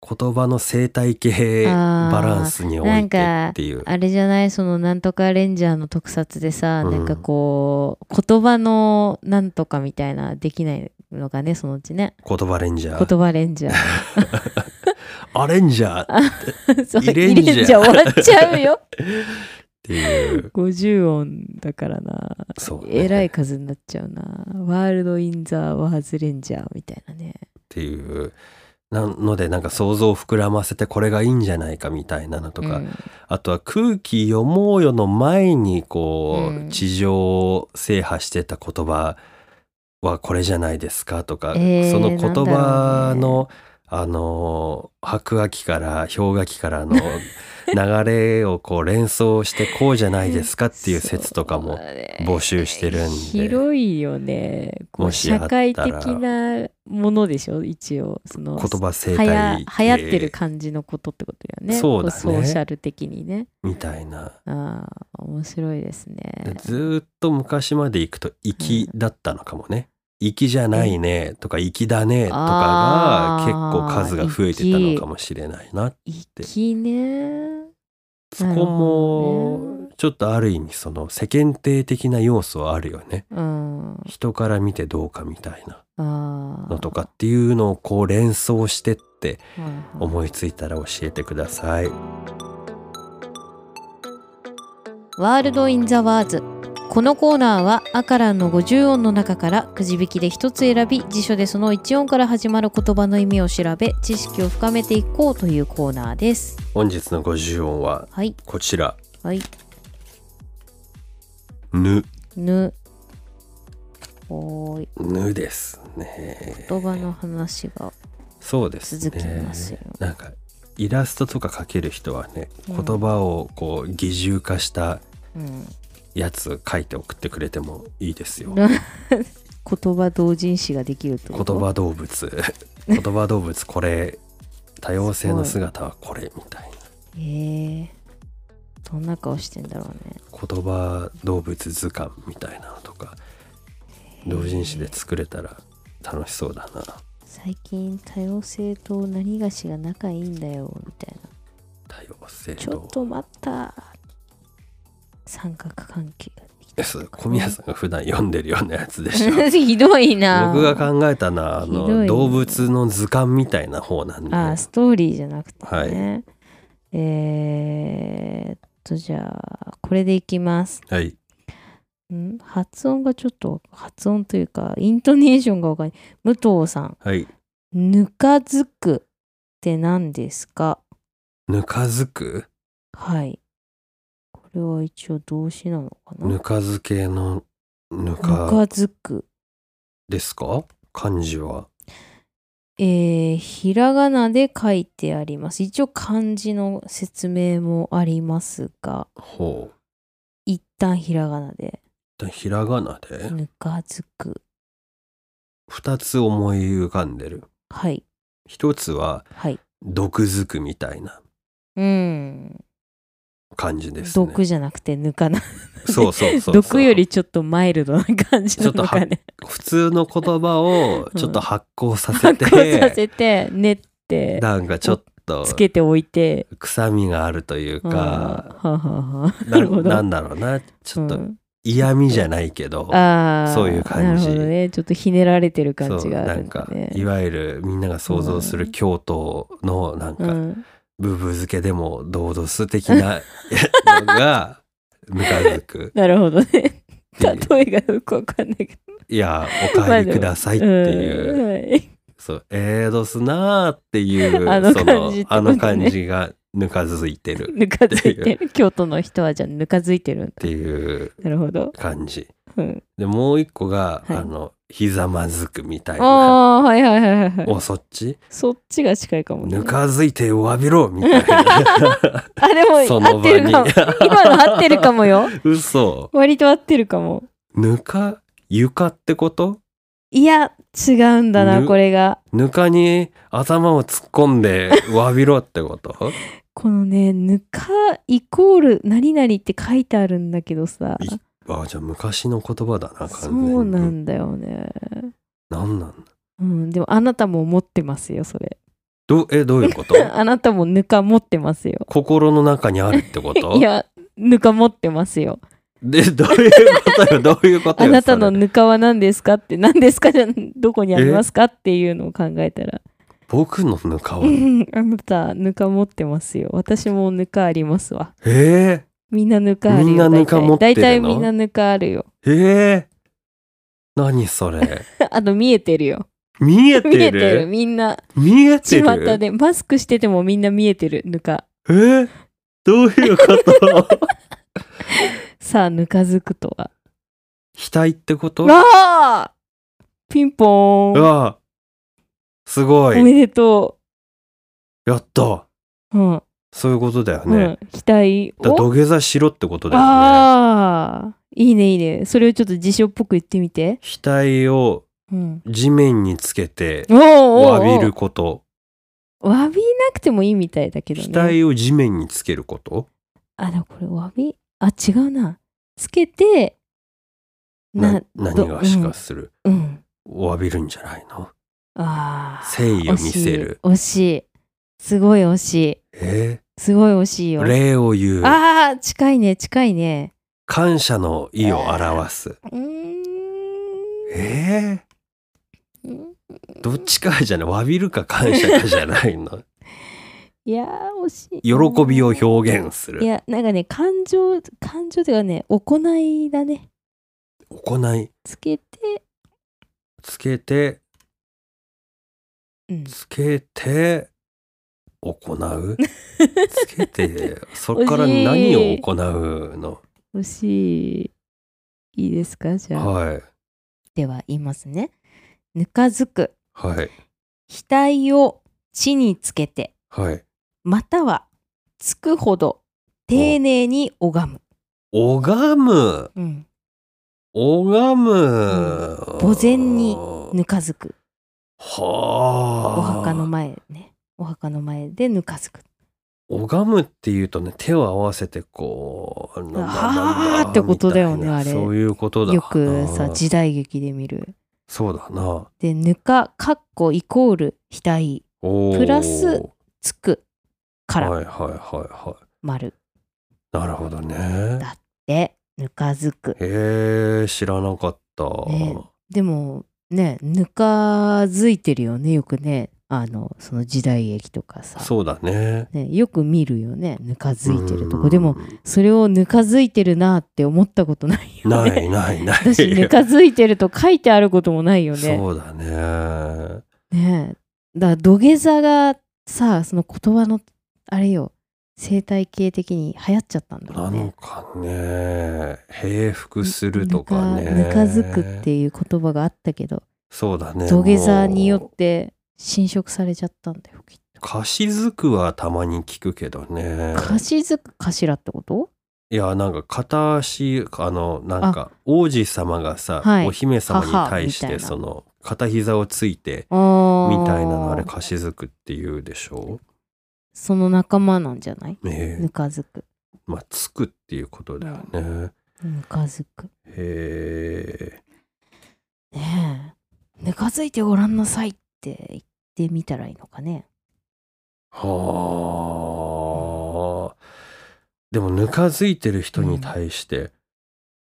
S1: 葉の生態系
S2: あー
S1: バランスにおいてっていう。
S2: あれじゃないそのなんとかレンジャーの特撮でさ、
S1: うん
S2: なんかこう言葉のなんとかみたいなできないのがねそのうちね
S1: 言葉レンジャー。
S2: 言葉レンジャー
S1: アレンジャーっ
S2: そう
S1: 入れんじゃ
S2: 入れんじゃ終わっちゃうよ
S1: ていう。
S2: 50音だからな
S1: そう、ね。
S2: えら
S1: っ
S2: い数になっちゃうなワールド・イン・ザ・ワーズ・レンジャーみたいなね
S1: ていう。なのでなんか想像を膨らませてこれがいいんじゃないかみたいなのとか、
S2: うん
S1: あとは空気読もうよの前にこう、
S2: うん
S1: 地上を制覇してた言葉はこれじゃないですかとか、
S2: えー
S1: その言葉
S2: なんだろ
S1: の、あのー白亜紀から氷河期か らの流れをこう連想してこうじゃないですかっていう説とかも
S2: そうね
S1: 募集してるんで
S2: 広いよねこ
S1: も
S2: う
S1: しあ
S2: 社
S1: ったら
S2: 会的なものでしょ一応 その
S1: 言葉生
S2: はや
S1: 態
S2: 流
S1: 系
S2: 行ってる感じのことってことだよね
S1: そうだね
S2: こソーシャル的にね
S1: みたいな。
S2: ああ面白いですね
S1: でずーっと昔まで行くと「粋」だったのかもね「粋、じゃないね」とか「粋だね」とかが
S2: あ
S1: 結
S2: ー
S1: 構数が増えてたのかもしれないな
S2: 粋ね
S1: そこ
S2: なるほど
S1: も
S2: ね
S1: ちょっとある意味その世間体的な要素はあるよね
S2: うん
S1: 人から見てどうかみたいな
S2: ああ
S1: のとかっていうのをこう連想してって
S2: はいはい
S1: 思いついたら教えてください
S2: ワールド・イン・ザ・ワーズこのコーナーは「アカランの50音の中からくじ引きで一つ選び辞書でその1音から始まる言葉の意味を調べ知識を深めていこうというコーナーです
S1: 本日の50音は
S2: はい
S1: こちら
S2: はい
S1: 「ぬ
S2: ぬおーい」
S1: ぬですね
S2: 言葉の話が
S1: そうですね
S2: 続きますよ、
S1: なんかイラストとか描ける人はね
S2: うん
S1: 言葉をこう擬人化した
S2: うん、
S1: やつ書いて送ってくれてもいいですよ。
S2: な言葉同人誌ができるって
S1: 言
S2: こと
S1: 葉動物 言葉動物これ多様性の姿はこれみたいな
S2: えー、どんな顔してんだろうね
S1: 言葉動物図鑑みたいなのとか同人誌で作れたら楽しそうだな。
S2: 最近多様性と何がしが仲いいんだよみたいな
S1: 多様性
S2: ちょっ
S1: と
S2: と待った。三角関係ができた
S1: そう
S2: とかね
S1: 小宮さんが普段読んでるようなやつでしょ
S2: ひど いな。
S1: 僕が考えたのはあ
S2: ひどい
S1: の
S2: ね
S1: 動物の図鑑みたいな方なんで
S2: ああ、ストーリーじゃなくてね。えーっと、じゃあ、これでいきます。
S1: はい
S2: ん発音がちょっと、発音というか、イントネーションがわかんない。武藤さん、
S1: はい
S2: ぬかずくって何ですか
S1: ぬかづく
S2: はい。これは一応動詞なのかな
S1: ぬか漬けのぬ
S2: ぬ
S1: か
S2: かずく。
S1: ですか漢字は
S2: えー、ひらがなで書いてあります。一応漢字の説明もありますが、
S1: ほう
S2: 一旦ひらがなで、
S1: でひらがなで
S2: ぬかずく。
S1: 2つ思い浮かんでる
S2: はい、
S1: 1つは
S2: はい。
S1: 毒づくみたいな
S2: うん。
S1: 感じですね
S2: 毒じゃなくてぬかな。
S1: そうそうそうそう
S2: 毒よりちょっとマイルドな感じなのかね。
S1: 普通の言葉を
S2: うん
S1: ちょっと発酵させ
S2: 発
S1: て、
S2: 酵させて、練って、
S1: なんかちょっと
S2: つけておいて。
S1: 臭みがあるという
S2: あー
S1: か
S2: はあはあはあ
S1: な
S2: なるほど。
S1: なんだろうなちょっ
S2: う
S1: と
S2: ん
S1: 嫌味じゃないけど、
S2: あー
S1: そういう感じ
S2: なるほどね。ちょっとひねられてる感じがあ
S1: そうな
S2: る
S1: ん
S2: んだ
S1: か
S2: ね。
S1: いわゆるみんなが想像する京都のなんか、
S2: うん
S1: ブブ漬けでも堂々す的な のがぬかづく
S2: なるほどね。
S1: ってい
S2: 例
S1: う
S2: えがよくわかんないけ
S1: いやお帰りください
S2: ど。
S1: っていう、
S2: んはい
S1: そうえーどすなーっていう
S2: あの感じ
S1: そ
S2: って
S1: の
S2: ことね
S1: あの感じがぬかづいてる
S2: ぬかづいてる。京都の人はじゃあぬかづいてるんだ
S1: っていう
S2: なるほど。
S1: 感じ
S2: うん、
S1: でもう一個が、
S2: はい
S1: あのひざまずくみたい
S2: あ
S1: な
S2: あ、はいはいはいはいはい。
S1: おそっち
S2: そっちが近いかもね。
S1: ぬかづいてお詫びろみたいな
S2: あ、でも
S1: そ
S2: 合
S1: の
S2: っ
S1: 場
S2: てる
S1: に
S2: かも。今の合ってるかもよ。
S1: 嘘
S2: 割と合ってるかも。
S1: ぬか床ってこと
S2: いや、違うんだな、
S1: ぬ
S2: これが。
S1: ぬかに頭を突っ込んで詫びろってこと
S2: このね、ぬかイコール何々って書いてあるんだけどさ。
S1: いあじゃあ昔の言葉だな完
S2: そ
S1: 全に
S2: うなんだよね。
S1: なんなんだ
S2: うん、でもあなたも持ってますよ、それ。
S1: どえどういうこと
S2: あなたもぬか持ってますよ。
S1: 心の中にあるってこと
S2: いや、ぬか持ってますよ。
S1: で、どういうことよ、どういうこと
S2: あ
S1: よ。
S2: なたの
S1: それ
S2: ぬかは何ですかって 何ですかじゃんどこにありますかっていうのを考えたら
S1: 僕のぬかは
S2: う。ん あなたぬか持ってますよ私もぬかありますわ
S1: え
S2: みんなぬかあるよ
S1: みんなぬか持ってるの
S2: 大体みんなぬかあるよ
S1: ー、えー、何それ。
S2: あの見えてるよ
S1: 見えてる
S2: 見えてるみんな
S1: 見えて
S2: 巷
S1: る
S2: でマスクしててもみんな見えてるぬか
S1: えー、どういうこと
S2: さあぬかづくとは
S1: 額ってことう
S2: わあピンポーン
S1: わすご
S2: お
S1: い。
S2: めでと
S1: やった。
S2: ううん、
S1: そういうことだよ
S2: う
S1: ね。
S2: ん額
S1: だから
S2: を
S1: 土下座しろってことだよね。
S2: ああいいねいいねそれをちょっと辞書っぽく言ってみて
S1: 額を
S2: うん
S1: 地面につけて
S2: おーおーおー
S1: 詫びること。
S2: 詫びなくてもいいみたいだけどね
S1: 額を地面につけること
S2: あでもこれ詫びあ違うなつけて
S1: な何
S2: ど
S1: がしかする。
S2: うん、うん
S1: お詫びるんじゃないの
S2: ああ
S1: 誠意を見せる。
S2: 惜しい惜しいすごい惜しい
S1: え
S2: すごい惜しい
S1: ー
S2: よ
S1: 礼を言う。
S2: ああ近いね近いね
S1: 感謝の意を表す。
S2: うーん
S1: えー、どっちかじゃない。詫びるか感謝かじゃないの。
S2: いやー惜しい
S1: 喜びを表現す
S2: い
S1: る。
S2: やなんかね感情感情というかね行いだね
S1: 行い。
S2: つけて、
S1: つけて、
S2: うん、
S1: つけて、行 うつけて、そこから何を行うの
S2: 惜しいいいですかじゃあ、
S1: はい。
S2: では言いますねぬかづく
S1: はい。
S2: 額を地につけて
S1: はい。
S2: またはつくほど丁寧に拝む、
S1: 拝む。
S2: うん、
S1: 拝む。
S2: 墓前にぬかづく
S1: はあ。
S2: お墓の前ねお墓の前でぬかづく
S1: 拝むっていうとね手を合わせてこうなんだなん
S2: あーってことだよね
S1: みたいな
S2: あれ
S1: そういうことだ
S2: よく
S1: あ
S2: さ
S1: ー
S2: 時代劇で見る
S1: そうだな
S2: でぬかかっこイコール額
S1: おー
S2: プラスつくから
S1: はいはいはいは
S2: 丸
S1: いなるほどね
S2: だでぬかづく
S1: へえ知らなかった、
S2: ねでもねぬかづいてるよねよくねあのその時代劇とかさ、
S1: そうだね
S2: ね、よく見るよねぬかづいてると
S1: う
S2: こ
S1: ん
S2: でもそれをぬかづいてるなって思ったことないよね
S1: ないないない
S2: 私ぬかづいてると書いてあることもないよね
S1: そうだね
S2: ねえだから土下座がさその言葉のあれよ生態系的に流行っちゃったんだろ
S1: な
S2: う
S1: の
S2: ね
S1: かね平服するとかね
S2: ぬかづくっていう言葉があったけど
S1: そうだね
S2: 土下座によ
S1: もう
S2: って侵食されちゃったんだよきっと
S1: 貸しづくはたまに聞くけどね
S2: かしずく頭ってこと
S1: いやなんか片足あのなんか王子様がさ、
S2: はい
S1: お姫様に対し
S2: 母みたい
S1: て
S2: な
S1: その片膝をついて
S2: あー
S1: みたいなのあれ貸しづくっていうでしょ
S2: その仲間なんじゃない
S1: ええ
S2: ぬかづく
S1: まあつくっていうことだよね、
S2: ぬかづく
S1: へえ
S2: ねえぬかづいてごらんなさいって言ってみたらいいのかね
S1: はあでもぬかづいてる人に対して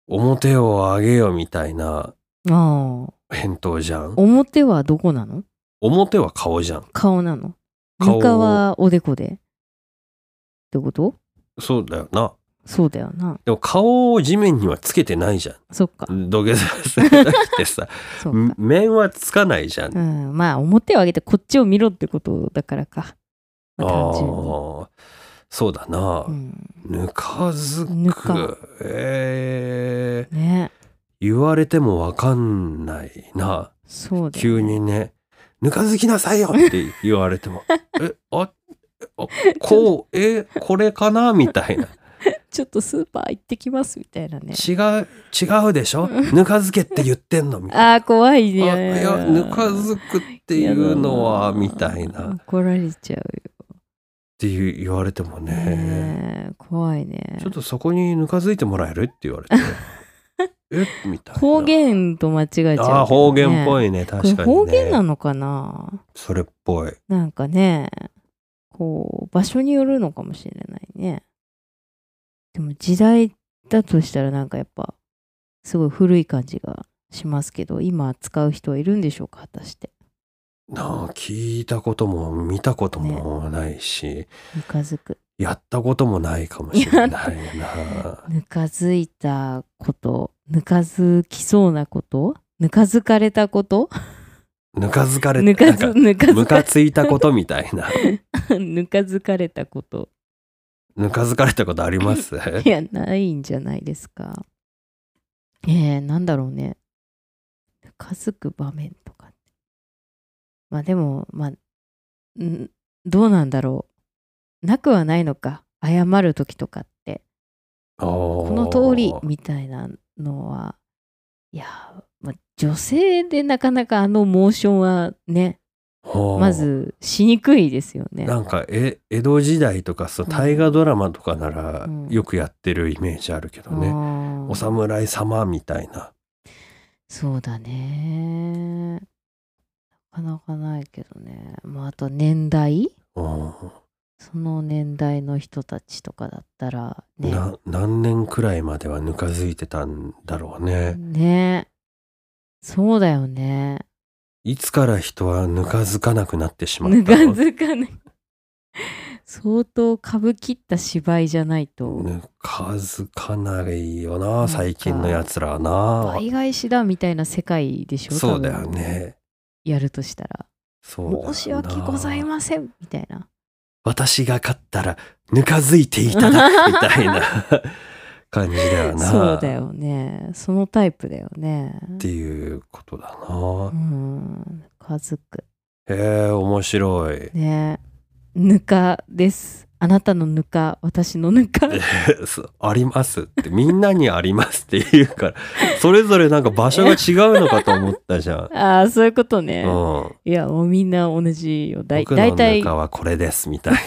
S1: 表を上げよみたいな
S2: ああ
S1: 返答じゃん
S2: 表はどこなの
S1: 表は顔じゃん
S2: 顔なの
S1: 顔
S2: ぬかはおでこでってこと
S1: そうだよな
S2: そうだよな
S1: でも顔を地面にはつけてないじゃん
S2: そっか
S1: 土下座する時ってさ
S2: そっ
S1: ん
S2: か
S1: 面はつかないじゃん、
S2: う
S1: あ
S2: んまあ表を上げてこっちを見ろってことだからか、まあ、単純に
S1: ーそうだな、
S2: うん
S1: ぬかず
S2: ぬ
S1: く
S2: か
S1: えー
S2: ね
S1: 言われてもわかんないな
S2: そうだよ
S1: 急
S2: ね
S1: にね「ぬかずきなさいよ!」って言われ ても「えああこうえこれかな?」みたいな
S2: ちょっとスーパー行ってきますみたいな
S1: 「
S2: ね
S1: 違う違うでしょぬかずけって言ってんの」みたいな。
S2: あー怖い
S1: あ
S2: ね
S1: いやぬかずくっていうのはみたいなっ
S2: 怒られちゃう
S1: ていう言われても
S2: よ
S1: ね
S2: ね怖いね
S1: ちょっとそこにぬかずいてもらえるって言 われてえみたいな
S2: 方言と間違えちゃうけどね、
S1: あー方言っぽ
S2: い
S1: いね
S2: これ
S1: 確かに、ね、
S2: 方言なのかな
S1: それっぽい
S2: なんかねこう場所によるのかもしれないねでも時代だとしたらなんかやっぱすごい古い感じがしますけど今使う人はいるんでしょうか果たして
S1: なあ聞いたことも見たこともないし、
S2: ぬかづく
S1: やったこともないかもしれない な。
S2: ぬかづいたことぬかづきそうなことぬかづかれたこと
S1: ぬかづかれ
S2: ぬか
S1: なん
S2: づ
S1: か
S2: ぬか
S1: む
S2: づ
S1: か
S2: か
S1: ついたことみたい な。
S2: ぬかづかれたこと
S1: ぬかづかれたことあります
S2: いやないんじゃないですかえー、なんだろうねぬかづく場面とかまあでもまあんどうなんだろうなくはないのか謝る時とかって
S1: こ
S2: この通りみたいなのはいやー、まあ、女性でなかなかあのモーションはねまずしにくいですよね。
S1: なんかえ江戸時代とかそう
S2: うん
S1: 大河ドラマとかなら
S2: うん
S1: よくやってるイメージあるけどね、
S2: ね
S1: お侍様みたいな
S2: そうだねなかなかないけどね、まあ、あと年代
S1: うん
S2: その年代の人たちとかだったらね
S1: な何年くらいまではぬかづいてたんだろうね
S2: ねそうだよね
S1: いつから人はぬかづかなくなってしまっ
S2: ぬか
S1: たの
S2: づかない相当かぶきった芝居じゃないと。
S1: ぬかづかないよ
S2: な
S1: なん
S2: か
S1: 最近のやつらはな
S2: 倍返しだみたいな世界でしょ
S1: そうだよ
S2: 多分
S1: ね
S2: やるとしたら
S1: そうだよな
S2: 申し訳ございませんみたいな
S1: 私が勝ったらぬかづいていただくみた いな感じだよな
S2: そうだよねそのタイプだよね
S1: っていうことだな、
S2: うんぬかづく
S1: へえ面白い
S2: ねぬかですあなたのぬか私のぬか
S1: そうありますってみんなにありますって言うからそれぞれなんか場所が違うのかと思っ たじゃん、うん、
S2: ああそういうことね、
S1: 僕
S2: いやもうみんな同じよだい
S1: の
S2: 大体
S1: 中はこれですみたいな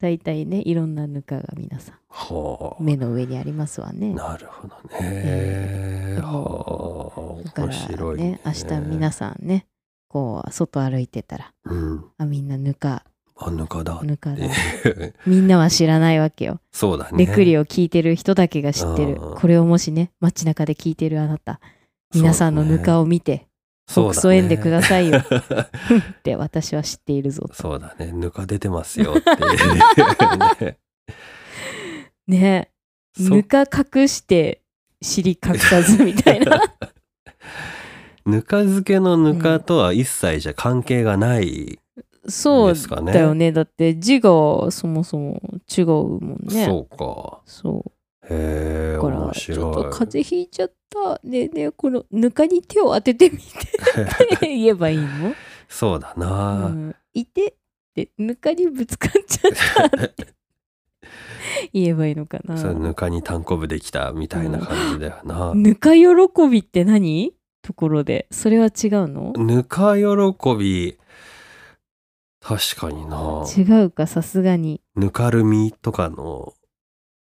S2: 大体ねいろんなぬかが皆さ
S1: ほ
S2: ん目の上にありますわね
S1: うなるほどね
S2: ええ
S1: は
S2: だ
S1: あ
S2: から
S1: 面白い
S2: ね明日皆さんねこう外歩いてたら
S1: うん
S2: あみんなぬか
S1: あぬかだっ
S2: ぬかだ
S1: て
S2: みんなは知らないわけよ、
S1: そうだね
S2: レクリを聞いてる人だけが知ってる
S1: うん
S2: これをもしね街中で聞いてるあなた皆さんのぬかを見て
S1: そ
S2: ほ
S1: うだね
S2: くそえんでくださいよ
S1: そ
S2: って私は知っているぞと
S1: うだねぬか出てますよっていう ね
S2: ね
S1: そ
S2: ぬか隠して尻隠さずみたいな
S1: ぬか漬けのぬかとは一切じゃ関係がない、
S2: そう
S1: ですかね
S2: だよねだって字がそもそも違うもんね
S1: そうか
S2: そう
S1: へえ
S2: だから
S1: 面
S2: ちょっと
S1: 白
S2: 風邪ひいちゃったねえねえこのぬかに手を当ててみて
S1: い
S2: 言えばいいの、
S1: そうだ
S2: う
S1: な、
S2: ん、いてってぬかにぶつかっちゃったって 言えばいいのかな
S1: それぬかにたんこぶできたみたいな感じだよな、
S2: ぬか喜びって何ところでそれは違うの
S1: ぬか喜び確かにな
S2: 違うかさすがに
S1: ぬかるみとかの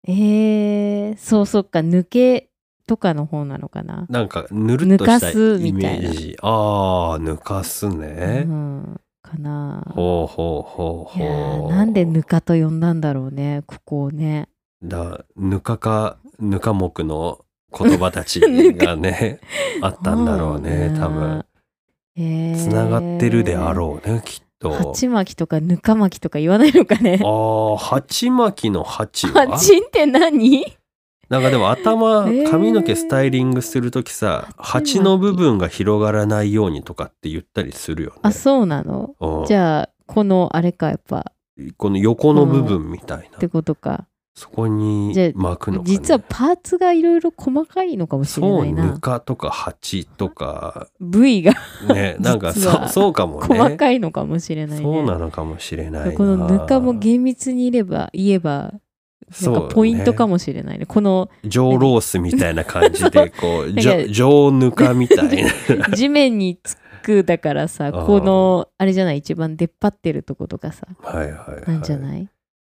S2: えー、そうそっか抜けとかの方なのかな
S1: なんかぬるっとし
S2: ぬか
S1: たイ
S2: すみた
S1: メ
S2: いな
S1: ージあーぬかすね
S2: う、んかな
S1: ほうほうほう
S2: いや
S1: ほ
S2: ー
S1: う
S2: なんでぬかと呼んだんだろうねここをね
S1: だぬかかぬか木の言葉 たちがねあったんだろうね多分
S2: 分
S1: つながってるであろうねきっ
S2: う
S1: と
S2: 鉢巻きとかぬか巻きとか言わないのかね
S1: あー鉢巻きの 鉢は
S2: 鉢って何
S1: なんかでも頭
S2: えー
S1: 髪の毛スタイリングする時さ
S2: 鉢巻き
S1: 鉢の部分が広がらないようにとかって言ったりするよ
S2: あ
S1: ね
S2: そうなの
S1: うん
S2: じゃあこのあれかやっぱ
S1: この横の部分みたいな
S2: ってことか
S1: そこに
S2: じゃあ
S1: 巻くのかね
S2: 実はパーツがいろいろ細かいのかもしれ
S1: そう
S2: ない
S1: ぬ
S2: な
S1: かとか鉢とか
S2: 部位が
S1: ねなんか
S2: 実
S1: そ
S2: は
S1: そうかもね
S2: 細かいのかもしれないね
S1: そうなのかもしれないな。
S2: このぬかも厳密にいれば言えばなん
S1: そう
S2: か
S1: ね
S2: ポイントかもしれないねこの
S1: 上ロースみたいな感じで、こ
S2: な
S1: う、
S2: んか
S1: じゃ上ぬかみた いな。
S2: 地面につくだからさ
S1: あー
S2: このあれじゃない一番出っ張ってるとことかさ
S1: はいはいはい。
S2: なんじゃない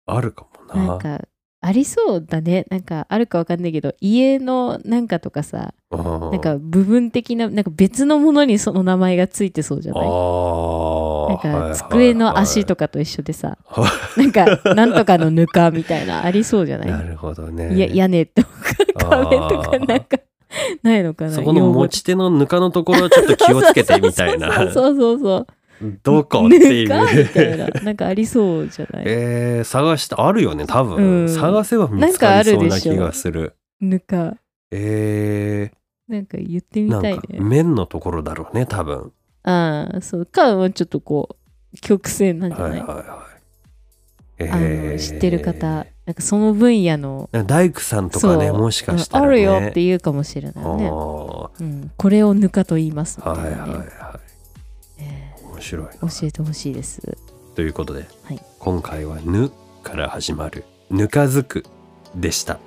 S1: あるかも
S2: なん
S1: な。
S2: かありそうだねなんかあるかわかんないけど家のなんかとかさ
S1: な
S2: なんか部分的ななんか別のものにその名前がついてそうじゃ
S1: あ
S2: ないなん
S1: ー
S2: か机の足とかと一緒でさ、なんかなんとかのぬかみたいなありそうじゃ
S1: はいはいはい
S2: な
S1: なるほど
S2: い
S1: ね
S2: いや屋根とか
S1: あ
S2: 壁
S1: ー
S2: とかなんかないのかな
S1: そこの持ち手のぬかのところはちょっと気をつけてみたい
S2: そう
S1: な
S2: そうそうそう
S1: どこってい
S2: ぬかみたいうななんかありそうじゃない
S1: えー、探してあるよね多分、
S2: うん
S1: 探せば見つかりそうな気がする
S2: ぬか
S1: え
S2: なんか言って
S1: ー、
S2: み
S1: な
S2: た
S1: ん
S2: い
S1: か
S2: ね
S1: 面のところだろうね多分
S2: ああそうかはちょっとこう曲線なんじゃ
S1: はい
S2: な
S1: はい
S2: い、
S1: はい
S2: あの知ってる方なんかその分野の
S1: なんか大工さんとかね
S2: そう
S1: もしかしたら、ね、
S2: あるよって言うかもしれない
S1: あ
S2: ね、
S1: ー
S2: うん、これをぬかと言いますみたい
S1: はい
S2: な
S1: はい
S2: ね、
S1: はい、
S2: え
S1: 面白いな
S2: 教えてほしいです
S1: ということで、
S2: はい
S1: 今回は「ぬ」から始まる「ぬかづく」でした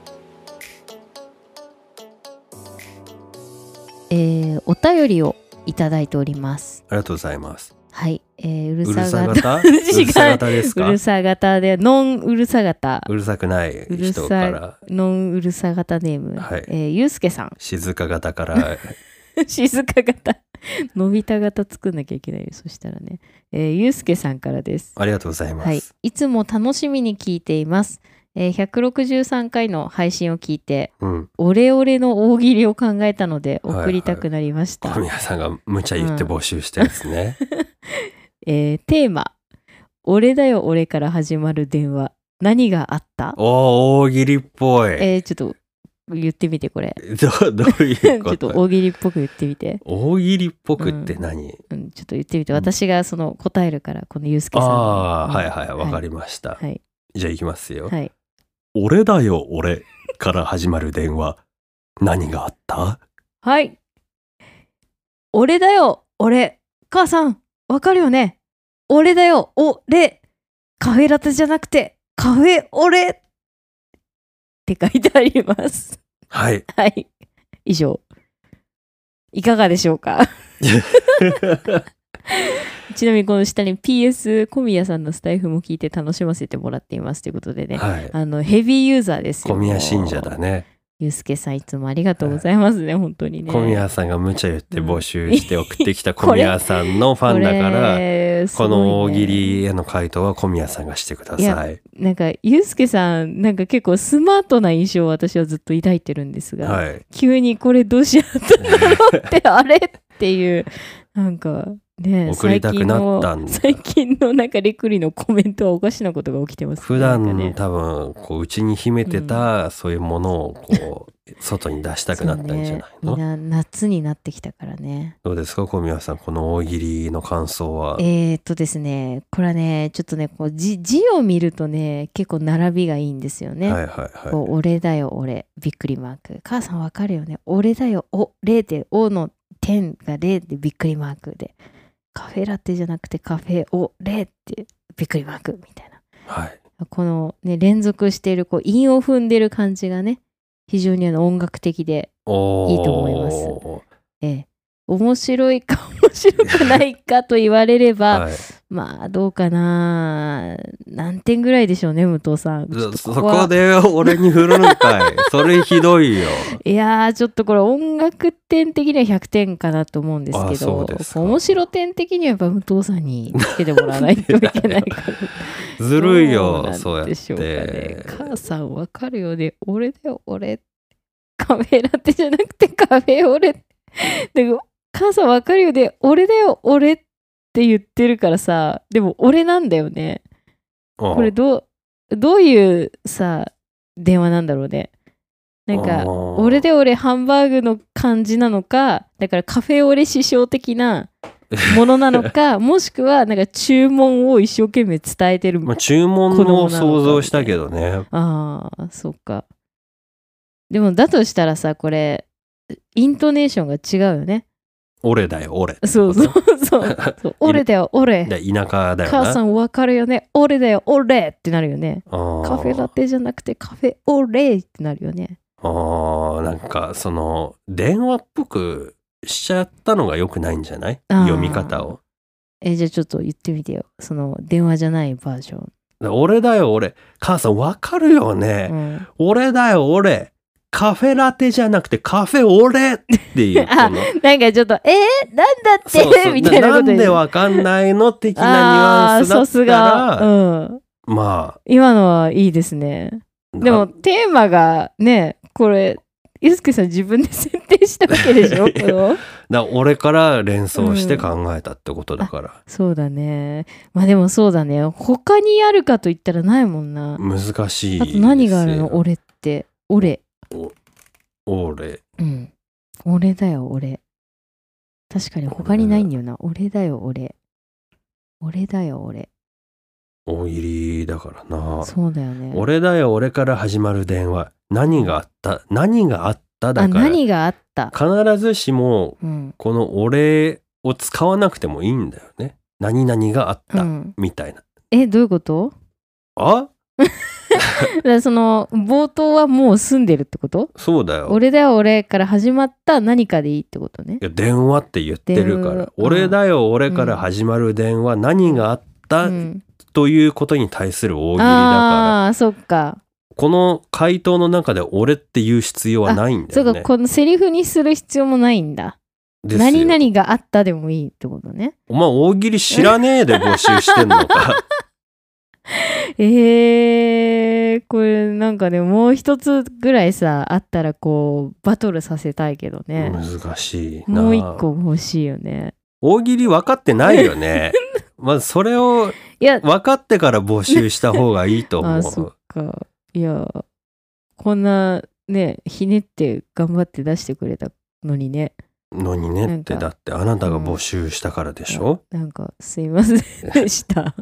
S2: えーお便りをいただいております
S1: ありがとうございます
S2: はい、えー、う
S1: う
S2: る
S1: る
S2: さ
S1: さ
S2: が
S1: 型
S2: 違う
S1: うるさ型です
S2: う
S1: か
S2: るさ型でノンうるさ型
S1: うるさくないう
S2: るさ
S1: 人から
S2: ノンうるさ型ネーム、
S1: はい
S2: えーゆうすけさん
S1: 静か型から
S2: 静か型のび太型作んなきゃいけないよそしたらね、えーゆうすけさんからです
S1: ありがとうございます、
S2: はい、いつも楽しみに聞いています、えー163回の配信を聞いて
S1: うん、
S2: オレオレの大喜利を考えたので
S1: はいはい
S2: 送りたくなりました、
S1: 小宮さんが無茶言って募集したや つね、
S2: えーテーマ「俺だよ俺」から始まる電話何があった
S1: おー大喜利っぽい、
S2: えーちょっと言ってみてこれ
S1: どどう
S2: ち
S1: いう
S2: ょ
S1: こ
S2: っと
S1: と
S2: 大喜利っぽく言ってみて、
S1: 大喜利っぽくって何、
S2: うん、ちょっと言ってみて
S1: うん
S2: 私がその答えるからこのゆうすけ
S1: あ
S2: さん
S1: あはいはいわか
S2: り
S1: りました、
S2: はい
S1: じゃあ行きますよ、
S2: はい
S1: 俺だよ俺から始まる電話何があった
S2: はい。俺だよ、俺。母さん、わかるよね。俺だよ、俺。カフェラテじゃなくて、カフェ俺。って書いてあります。
S1: はい
S2: はい。以上。いかがでしょう かちなみにこの下に PS 小宮さんのスタイフも聞いて楽しませてもらっていますということでね、
S1: はい
S2: あのヘビーユーザーですよ
S1: 小宮信者だね
S2: ゆうすけさんいつもありがとうございますね、本当にね
S1: 小宮さんが無茶言って募集して送って きた小宮さんのファンだか
S2: こ
S1: ら
S2: れすご
S1: こ
S2: いね
S1: の大喜利への回答は小宮さんがしてください
S2: なんかユうスケさんなんか結構スマートな印象を私はずっと抱いてるんですが、
S1: はい
S2: 急にこれどうしようったんだろうってあれっていうなんかね
S1: 送りたくなったんだ
S2: 最近の最近のなんかレクリのコメントはおかしなことが起きてますね
S1: 普
S2: なんか
S1: 段
S2: ね
S1: 多分こううちに秘めてたそういうものをこう外に出したくなったんじゃない
S2: そ
S1: の
S2: うねみんな夏になってきたからね
S1: どうですか小宮さんこの大喜利の感想は
S2: えー、っとですねこれはねちょっとねこう字字を見るとね結構並びがいいんですよね、
S1: はいはい
S2: こ
S1: は
S2: う俺だよ俺びっくりマーク母さんわかるよね俺だよお0でおの点が0でびっくりマークでカフェラテじゃなくてカフェお0ってびっくりマークみたいない
S1: はい
S2: このね連続しているこう韻を踏んでる感じがね非常にあの音楽的で、
S1: おー
S2: いいと思いまええ面白いか面白くないかと言われれば、
S1: はい
S2: まあどうかな何点ぐらいでしょうね武藤さんちょっと
S1: そ
S2: ここは
S1: こで俺に振るのかいそれひどいよ
S2: いやーちょっとこれ音楽点的には100点かなと思うんです
S1: あ
S2: け
S1: そ
S2: ど
S1: うですか
S2: 面白点的にはやっぱ武藤さんにつけてもらわないといけないから
S1: ずるいよ
S2: ど
S1: そう
S2: な
S1: や
S2: ん
S1: っ
S2: でしょうかね
S1: て
S2: 母さんわかるよね俺だよ俺カフェラテじゃなくてカフェ俺でも母さんわかるよね俺だよ俺って言ってるからさでも俺なんだよねこれどうどういうさ電話なんだろうねなんか俺で俺ハンバーグの感じなのかだからカフェオレ師匠的 なものなのかもしくはなんか注文を一生懸命伝えてる、
S1: まあ、注文
S2: 子供な
S1: の
S2: のか
S1: 想像したけどね
S2: ああそっかでもだとしたらさこれイントネーションが違うよね
S1: 俺だよ俺
S2: そうそうそう そう俺だよ俺
S1: で田舎だよな
S2: 母さんわかるよね俺だよ俺ってなるよね
S1: あー
S2: カフェラテじゃなくてカフェオレってなるよね
S1: あーなんかその電話っぽくしちゃったのが良くないんじゃない
S2: あー
S1: 読み方を
S2: えじゃあちょっと言ってみてよその電話じゃないバージョン
S1: 俺だよ、俺。母さん、わかるよね。
S2: うん、
S1: 俺だよ、俺。カフェラテじゃなくてカフェ俺って いう。この
S2: なんかちょっと「えー、なんだって
S1: そうそ う
S2: みたいなこと
S1: ななんでわかんないの的な
S2: ああ
S1: ニュアン
S2: ー
S1: スだ
S2: さ
S1: った
S2: す
S1: ら、
S2: が、うん、
S1: ま
S2: 今のはいいですね
S1: あ、
S2: でもテーマがねこれゆうすけさん自分で設定したわけで しょこの
S1: だ俺から連想して考えたってことだから、
S2: そうだねまあでもそうだね他にあるかと言ったらないもんな
S1: 難しい
S2: あ
S1: です
S2: と
S1: よ
S2: 何があるの俺って俺
S1: 俺
S2: うん俺だよ俺確かに他にないんだよな俺だよ俺俺だよ俺
S1: 大入りだからな
S2: そうだよね
S1: 俺だよ俺から始まる電話何があった何があった
S2: あ
S1: だから
S2: 何があった
S1: 必ずしも
S2: うん
S1: この俺を使わなくてもいいんだよね何々があっ
S2: う
S1: た、
S2: ん、
S1: みたいな
S2: えどういうこと
S1: あ
S2: だからその冒頭はもう済んでるってこと
S1: そうだよ
S2: 俺だよ俺から始まった何かでいいってことね
S1: いや電話って言ってるか
S2: 電
S1: ら
S2: 話
S1: 「俺だよ俺」から始まる電話、何があった、
S2: うん、
S1: ということに対する大喜利だから
S2: ああーそっか
S1: この回答の中で「俺」っていう必要はないんだ
S2: そ
S1: よ
S2: う
S1: ね。
S2: かこのセリフにする必要もないんだ
S1: ですよ
S2: 何々があったでもいいってことね
S1: お前大喜利知らねえで募集してんの か。
S2: えー、これなんかねもう一つぐらいさあったらこうバトルさせたいけどね
S1: 難しいな。
S2: もう一個欲しいよね
S1: 大喜利分かってない よね。まずそれを
S2: いや
S1: 分かってから募集した方がいいと
S2: あ
S1: 思
S2: ーそっ
S1: う。
S2: かいやこんなねひねって頑張って出してくれたのにね
S1: のにねって
S2: なんか
S1: だってあなたが募集したからでしょ、
S2: なんかすいませんで した。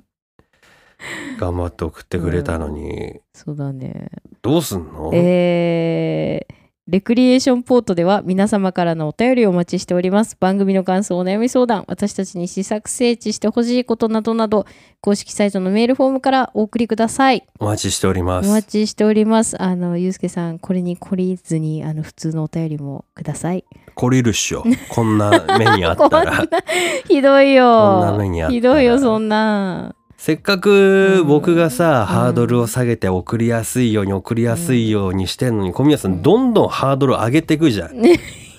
S1: 頑張って送ってくれたのに、
S2: そうだね。
S1: どうすんの、
S2: えーレクリエーションポートでは皆様からのお便りをお待ちしております。番組の感想、お悩み相談、私たちに試作整地してほしいことなどなど、公式サイトのメールフォームからお送りください。
S1: お待ちしておりま
S2: お
S1: す。
S2: 待ちしております。あの、ゆうすけさん、これに懲りずに、あの、普通のお便りもください。
S1: 懲りるっしょ。こんな目にあっ た
S2: こ
S1: ら
S2: ん。なひどいよ。
S1: こんな目にあったら
S2: ひどいよ、そんな。
S1: せっかく僕がさ、
S2: ん
S1: ハードルを下げて送りやすいように送りやすいようにしてんのに、小宮さ
S2: うんん
S1: どんどんハードル上げてくじゃん。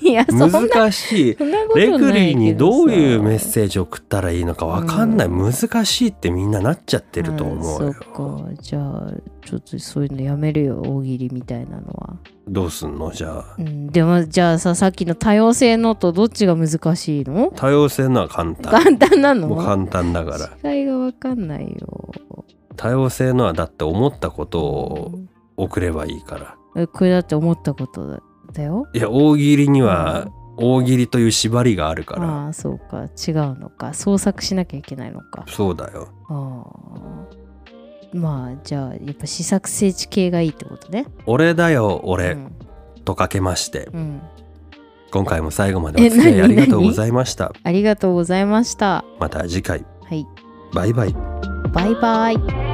S2: いや、そんな、
S1: 難しい。
S2: そんなことないけ
S1: レ
S2: ど
S1: クリーにどういうメッ
S2: ジ
S1: セージ送ったらいいのかわかんない、
S2: うん
S1: 難しいってみんななっちゃってると思うよ、
S2: あそっかじゃあちょっとそういうのやめるよ大喜利みたいなのは、
S1: どうすんのじゃあ
S2: うん、でもじゃあささっきの多様性のとどっちが難しいの
S1: 多様性のは簡単
S2: 簡単なの
S1: もう簡単だから
S2: 違いが分かんないよ
S1: 多様性のはだって思ったことを送ればいいから
S2: えこれだって思ったことだだよ
S1: いや大喜利には大喜利という縛りがあるから、
S2: ああそうか違うのか創作しなきゃいけないのか
S1: そうだよ
S2: ああまあじゃあやっぱ試作整地系がいいってことね
S1: 俺だよ俺、
S2: うん
S1: とかけまして
S2: うん、
S1: 今回も最後までお付き合
S2: え
S1: い
S2: 何
S1: ありがとうございました
S2: ありがとうございました
S1: また次回
S2: はい
S1: バイバイ
S2: バイバイ